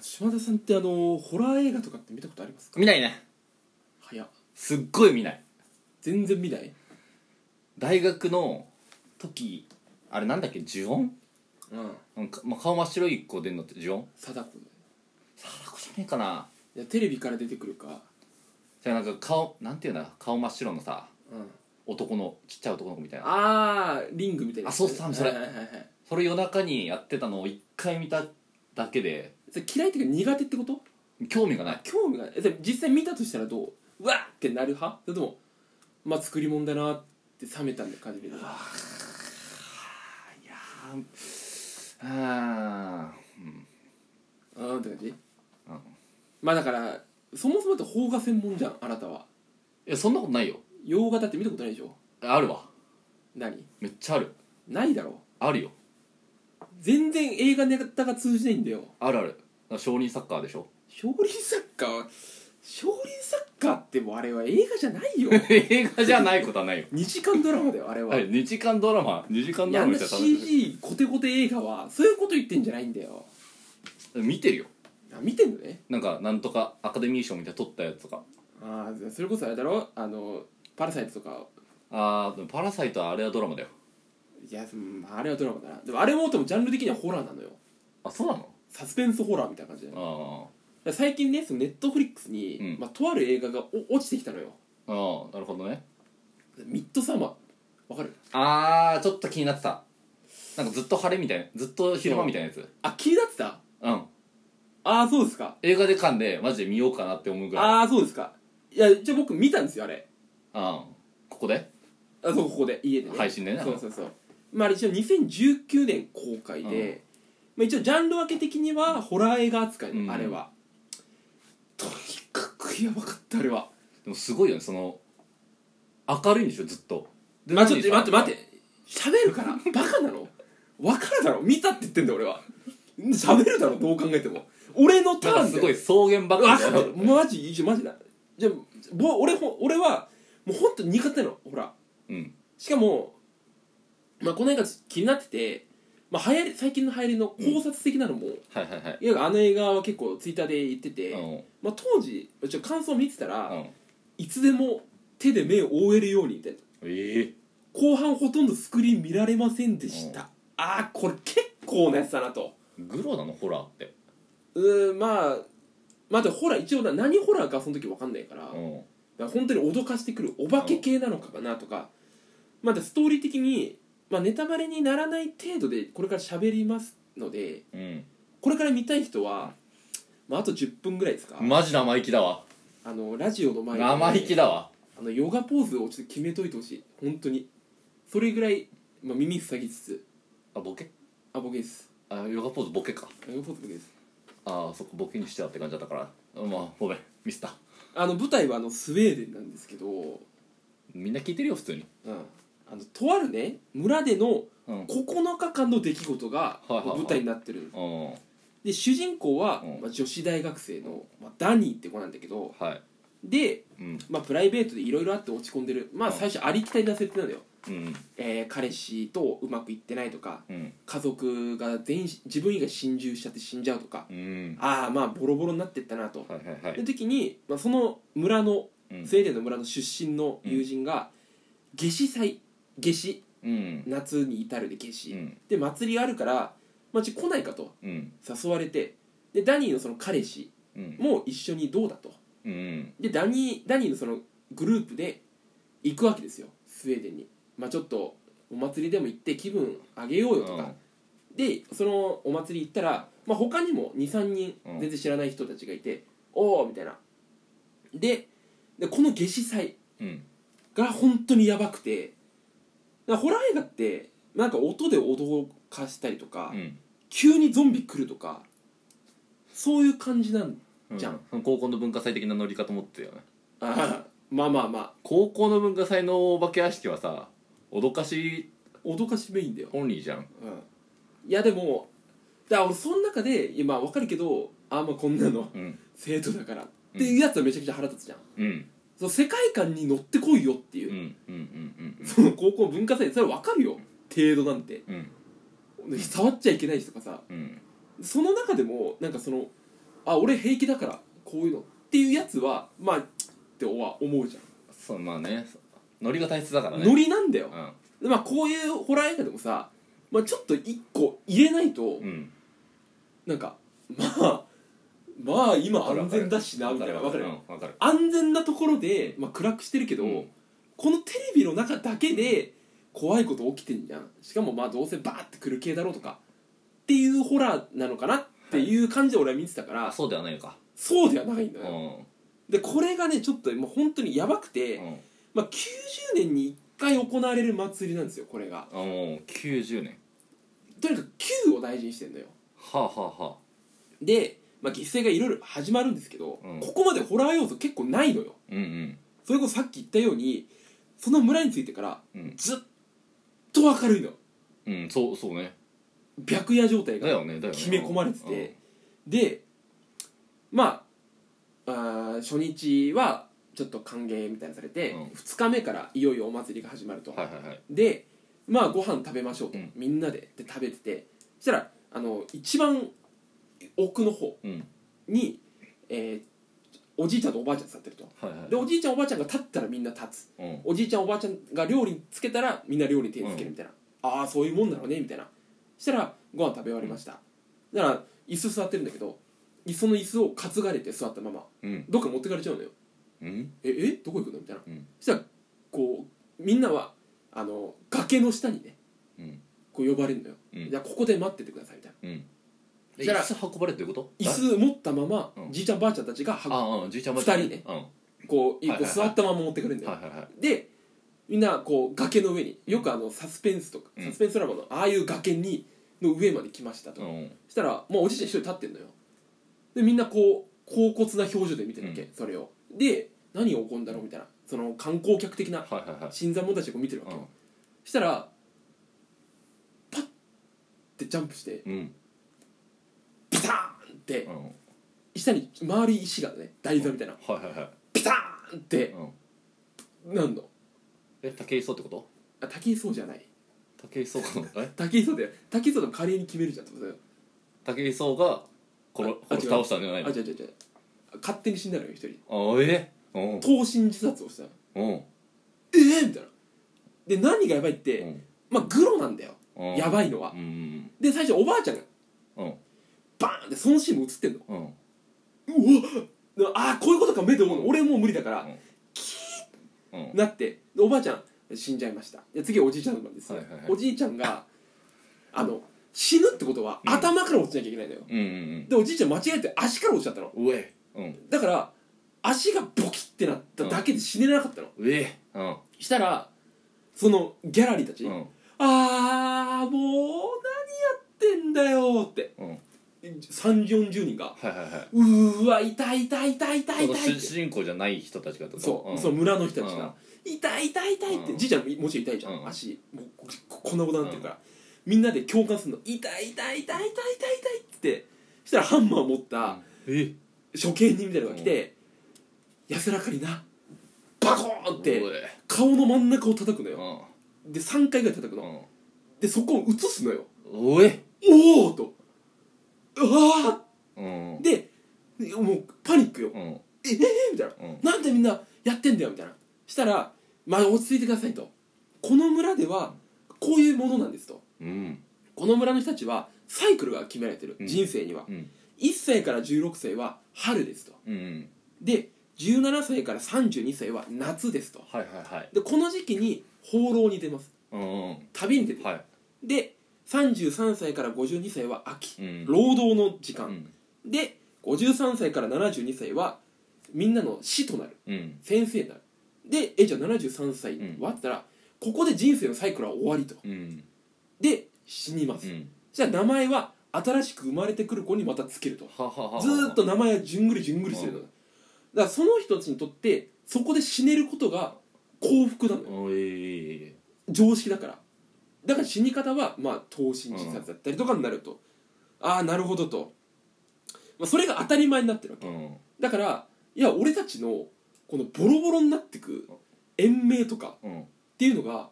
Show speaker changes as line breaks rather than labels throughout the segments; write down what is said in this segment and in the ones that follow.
島田さんってあのホラー映画とかって見たことありますか
見ないね
早っ
すっごい見ない
全然見ない
大学の時あれなんだっけ呪音
うん
うんかまあ、顔真っ白い子出んのって呪音
貞子ね
貞子じゃねえかない
やテレビから出てくるか
じゃあなんか顔なんていうんだ顔真っ白のさ
うん
男のちっちゃい男の子みたいな
あーリングみたいなやつ
あそう多分それ
はいはいはいはい
それ夜中にやってたのを一回見ただけで
それ嫌いっていうか苦手ってこと
興味がない
あ興味がないえそれ実際見たとしたらどううわっってなる派それともまあ作り物だなって冷めたんで感じる
いやーうん
うんって感じ
うん
まあだからそもそもだって邦画専門じゃんあなたはい
やそんなことないよ
洋画だって見たことないでしょ
あるわ
何
めっちゃある
ないだろ
あるよ
全然映画ネタが通じないんだよ
あるあるだから少林サッカーでし ょ
少林サッカーは少林サッカーってもうあれは映画じゃない よ
映画じゃないことは ないよ
2時間ドラマだよあれは、
はい、2時間ドラマ2時間
い
ド
や
ラ
あ
マ
ん
見
な
ちゃダメだよ
CG コテコテ映画はそういうこと言ってんじゃないんだよ
見てるよ
あ見てんのね
なんかなんとかアカデミー賞みたいな撮ったやつとか
ああそれこそあれだろあのパラサイトとか
あーでもパラサイトはあれはドラマだよ
いやうんあれはドラマだなでもあれもでもジャンル的にはホラーなのよ
あそうなの
サスペンスホラーみたいな感じだよ
あ
だから最近ねそのネットフリックスに、
うん
まあ、とある映画がお落ちてきたのよ
あああなるほどね
ミッドサマーわかる
あーちょっと気になってたなんかずっと晴れみたいなずっと昼間みたいなやつ
あ気になってた
うん
ああそうですか
映画で噛んでマジで見ようかなって思うぐらい
ああそうですかいやじゃあ僕見たんですよあれ
あここで
あそうここで家でね
配信でね
そうそうそうまああれ一応2019年公開で、まあ、一応ジャンル分け的にはホラー映画扱いの、
うん
あれはとにかくやばかったあれは
でもすごいよねその明るいんでしょずっとで
まあちょっと待
何
って待って喋るからバカなの分かるだろ見たって言ってんだよ俺は喋るだろどう考えても俺のタ
な
ー
んか
ンです
ごい草原ばっか
わ
りだ
か
よ
ってるマジ一緒マジだじゃあぼ俺ほ俺はもう本当に苦手なのほら
うん
しかも、まあ、この映画気になってて、まあ、流行り最近の流行りの考察的なのも、
はいはいはい
いわゆるあの映画は結構ツイッターで言ってて、
うん
まあ、当時ちょっと感想を見てたら、
うん
いつでも手で目を覆えるようにみたいな
ええ
後半ほとんどスクリーン見られませんでした、ああーこれ結構なやつだなと
グロなのホラーって
うーんまあまあでもホラー一応な何ホラーかその時分かんないから、
うん
だから本当に脅かしてくるお化け系なのかなとかまだストーリー的に、まあ、ネタバレにならない程度でこれから喋りますので
うん
これから見たい人は、まあ、あと10分ぐらいですか、
マジ生意気だわ
あのラジオの前に
生意気だわ
あのヨガポーズをちょっと決めといてほしい本当にそれぐらい、まあ、耳塞ぎつつ
あボケ
あボケです
あヨガポーズボケか
ヨガポーズボケです
ああそっかボケにしてたって感じだったからまあごめんミスった
あの舞台はあのスウェーデンなんですけど、うん、
みんな聞いてるよ普通に
あのとあるね村での
うんうん
9日間の出来事が
いはいはい
舞台になってるんです
は
で主人公は、
うん
まあ、女子大学生の、まあ、ダニーって子なんだけど
い
で、
うん
まあ、プライベートでいろいろあって落ち込んでるまあ
うん
最初ありきたりな設定なんだよ、
うん
えー彼氏とうまくいってないとか
うん
家族が全員自分以外心中しちゃって死んじゃうとか
うん
ああまあボロボロになってったなと、
はいはいは
で
い
時に、まあ、その村の
うん
スウェーデンの村の出身の友人が、夏至祭夏至
うん
夏に至るで夏至、
うん
で祭りがあるから、まあ、ちょ来ないかと
うん
誘われてでダニーのその彼氏
うん
もう一緒にどうだと
うん
でダニーダニーのそのグループで行くわけですよスウェーデンにまあちょっとお祭りでも行って気分上げようよとか、でそのお祭り行ったら、まあ、他にも23人
うん
全然知らない人たちがいて、おおみたいなででこの夏至祭
うん
が本当にやばくてだからホラー映画ってなんか音で脅かしたりとか、
うん
急にゾンビ来るとかそういう感じなん
うん
じゃん
その高校の文化祭的なノリかと思ってたよね
あー まあまあまあ
高校の文化祭のお化け屋敷はさ脅かし
脅かしメインだよ、
オンリーじゃん
いやでもだから俺その中でいやまあわかるけどあんまあこんなの
うん
生徒だからっていうやつはめちゃくちゃ腹立つじゃん、
うん
その世界観に乗ってこいよっていうう、
んうんうん
その高校文化祭それはわかるよ程度なんて
うんうん
触っちゃいけないしとかさ
うん
その中でもなんかそのあ俺平気だからこういうのっていうやつはまあっては思うじ
そうまあねノリが大切だか
ゃ
ら
ん、
ね
ノリなんだよ
う、
で
ん
まあこういうホラー映画でもさ、まあ、ちょっと一個入れないと、
うん
なんかまあまあ今安全だしなみたいなわ
わ
か
か
る
るうんわかる
安全なところで、まあ、暗くしてるけど、
うん
このテレビの中だけで怖いこと起きてんじゃんしかもまあどうせバーってくる系だろうとかっていうホラーなのかなっていう感じで俺は見てたから、
あそうではないか
そうではないんだ
う
よ、
ん
でこれがねちょっともう本当にやばくて、
うん
まあ、90年に1回行われる祭りなんですよこれが
あもう90年
とにかく9を大事にしてんのよ
はあはあはあ
で、まあ、犠牲がいろいろ始まるんですけど、
うん
ここまでホラー要素結構ないのよ
うんうん
それこそさっき言ったようにその村に着いてから
うん
ずっと明るいの
うんそうそうね
白夜状態
だ
が
よねだよね
決め込まれててでまああー初日はちょっと歓迎みたいにされて、
うん
2日目からいよいよお祭りが始まると、
うんはいはいはい
でまあご飯食べましょうと、
うん
みんなでで食べててそしたらあの一番奥の方
うん
に、えーおじいちゃんとおばあちゃん座ってると
はいはい
でおじいちゃんおばあちゃんが立ったらみんな立つ
うん
おじいちゃんおばあちゃんが料理につけたらみんな料理に手つけるみたいな、ああそういうもんなのねみたいなしたらご飯食べ終わりました、だから椅子座ってるんだけどその椅子を担がれて座ったまま
うん
どっか持ってかれちゃうのよ
うん
ええどこ行くのみたいな、
うん
そしたらこうみんなはあの崖の下にね
うん
こう呼ばれるのよ、
うん
じゃあここで待っててくださいみたいな
うんえ
じゃあ
椅子運ばれるってこと
椅子持ったまま、
うん
じいちゃんばあちゃんたちがは
ああうんじいちゃんばあちゃん
二人ね
うんは
こう、
はいはいはい
こう座ったまま持ってくれるん
い
だよ、
はいはい
でみんなこう崖の上によくあのサスペンスとか、
うん
サスペンスドラマのああいう崖にの上まで来ましたと、
うん
したらもうおじいちゃん一人立ってんのよでみんなこう恍惚な表情で見てるわけ、
う
それをで何が起こるんだろうみたいなその観光客的な
はいはいはい
新参者たちをこう見てるわけよ、したらパッてジャンプして
うんうん
ピターンって
うん
下に丸い石がね台座みたいな
はいはいは
ピターンっ
い
て
うん
なんの
え竹磯ってこと
あ竹井壮じゃない
竹磯かなえ
竹井壮だよ竹井壮でも華麗に決めるじゃんってことだよ
竹磯が殺
あ違う
殺倒したんじゃないの
あ違う違う違う勝手に死んだのよ一人
あえうん
投身自殺をしたの
うん
ええみたいなで何がやばいって、
うん
まあグロなんだよ
うん
やばいのは
うん
で最初おばあちゃんが
うん
バーンってそのシーンも映ってんの
うん
うわああこういうことか目で思う
う
の
ん
俺もう無理だから
うんうん
なってでおばあちゃん死んじゃいましたで次おじいちゃんなんですよ、
はいはいはい
おじいちゃんがあの死ぬってことは
うん
頭から落ちなきゃいけないのよ、
うんうん
でおじいちゃん間違えて足から落ちちゃったの
うんうえうん
だから足がボキってなっただけで死ねなかったの、
うえうん
したらそのギャラリーたち、
うん
あーもう何やってんだよって
うん
3040人が
はいはいは
うーわ痛い痛い痛い痛い
いその
痛いって
主主人公じゃない人たちがってこと
そう、
ん
その村の人たち
うん
が痛い痛い痛いって、
うん
じいちゃんももちろん痛いじゃん、
うん
足もうこここんなことになってるから、みんなで共感するの痛い痛い痛い痛い痛い痛いってそしたらハンマー持った
え
処刑人みたいなのが来て、安らかになバコーンっ
う
て
え
顔の真ん中を叩くの
う
よ
ん
で3回ぐらい叩くのでそこを映すのよ
うんうえ
おおとうわ
うん
ーでもうパニックよ
うん
えええみたいな
うん
なんでみんなやってんだよみたいなしたら「まあ落ち着いてください」と「この村ではこういうものなんです」と
うん
「この村の人たちはサイクルが決められてる、
うん
人生には
うん
1歳から16歳は春です」と
うん
で17歳から32歳は夏ですと
はいはいはい
でこの時期に放浪に出ます
うんうん
旅に出て、
は
で33歳から52歳は秋
いうん
労働の時
う
間、
ん
で53歳から72歳はみんなの師となる
うん
先生になるでえじゃあ73歳は、
う
っ
ん
て言ったらここで人生のサイクルは終わりと
うん
で死にます、
うん
じゃあ名前は新しく生まれてくる子にまたつけると
はははは
ずーっと名前はじゅんぐりじゅんぐりするのだからその人たちにとってそこで死ねることが幸福なのよ
おい
常識だからだから死に方はまあ投身自殺だったりとかになると、ああなるほどと、まあ、それが当たり前になってるわけ
うん
だからいや俺たちのこのボロボロになってく延命とか
うん
っていうのが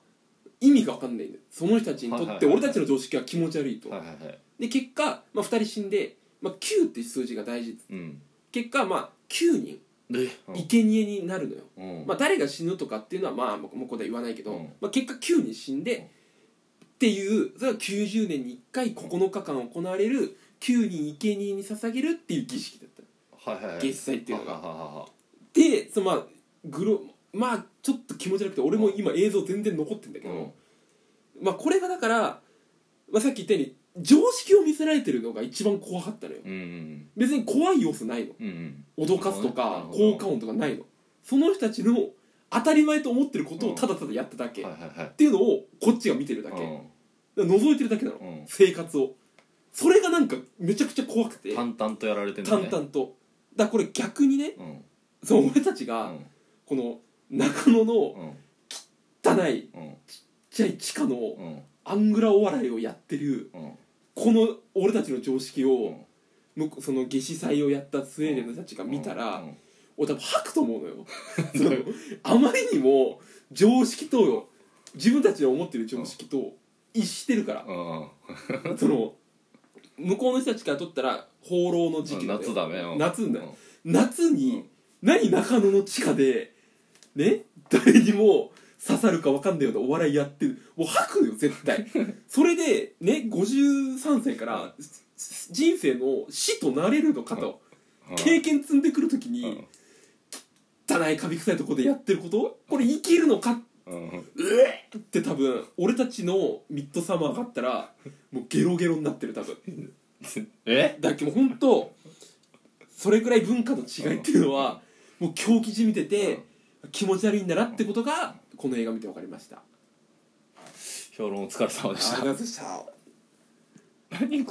意味が分かんないんだよその人たちにと
は
っ
い
て
はいはい
俺たちの常識は気持ち悪いと、
はいはいはい
で結果、まあ、2人死んでまあ、9っていう数字が大事
うん
結果まあ9人
で
生贄になるのよ、
うん
まあ、誰が死ぬとかっていうのはまあもうもうここでは言わないけど、
うん
まあ、結果9人死んで、
う
っ
ん
ていうそれは90年に1回9日間行われる9人生贄に捧げるっていう儀式だった
はいはいはい
月祭っていうのが
はははは
でそのまあグロまあちょっと気持ち悪くて俺も今映像全然残ってんだけ
う
ど、
ん
まあ、これがだから、まあ、さっき言ったように常識を見せられてるのが一番怖かったのよ
うん
別に怖い要素ないの
うんうん
脅かすと
なる
か
ほど
効果音とかないのその人たちの当たり前と思ってることをただただやっただけ、
はい
っ
はいはい
ていうのをこっちが見てるだけ、
う
だか
ん
ら覗いてるだけなの、
うん
生活をそれがなんかめちゃくちゃ怖くて淡
淡々とやられてんだね
々とだからこれ逆にね
うん
その俺たち
う
が
ん
この中野の
うん
汚い
うん
ちっちゃい地下の
うん
アングラお笑いをやってる
うん
この俺たちの常識
う
を
ん
向こうその夏至祭をやったスウェーデンの人たちが見たら、
うん
俺多分吐くと思うのよ そのあまりにも常識と自分たちの思ってる常識と一致してるから
うん
その向こうの人たちからとったら放浪の時期よ
夏だねうん
夏だ
うん
夏に何中野の地下でね誰にも刺さるか分かんないようなお笑いやってるもう吐くよ絶 対それでね53歳から人生の死となれるのかと
うん
経験積んでくるときに、
うん
汚いカビ臭いとこでやってることこれ生きるのか
うん
って多分俺たちのミッドサマーがあったらもうゲロゲロになってる多分
え
だけど本当それくらい文化の違いっていうのはもう狂気じみてて気持ち悪いんだなってことがこの映画見て分かりました
評論お疲れ様でした
とうございました
何これ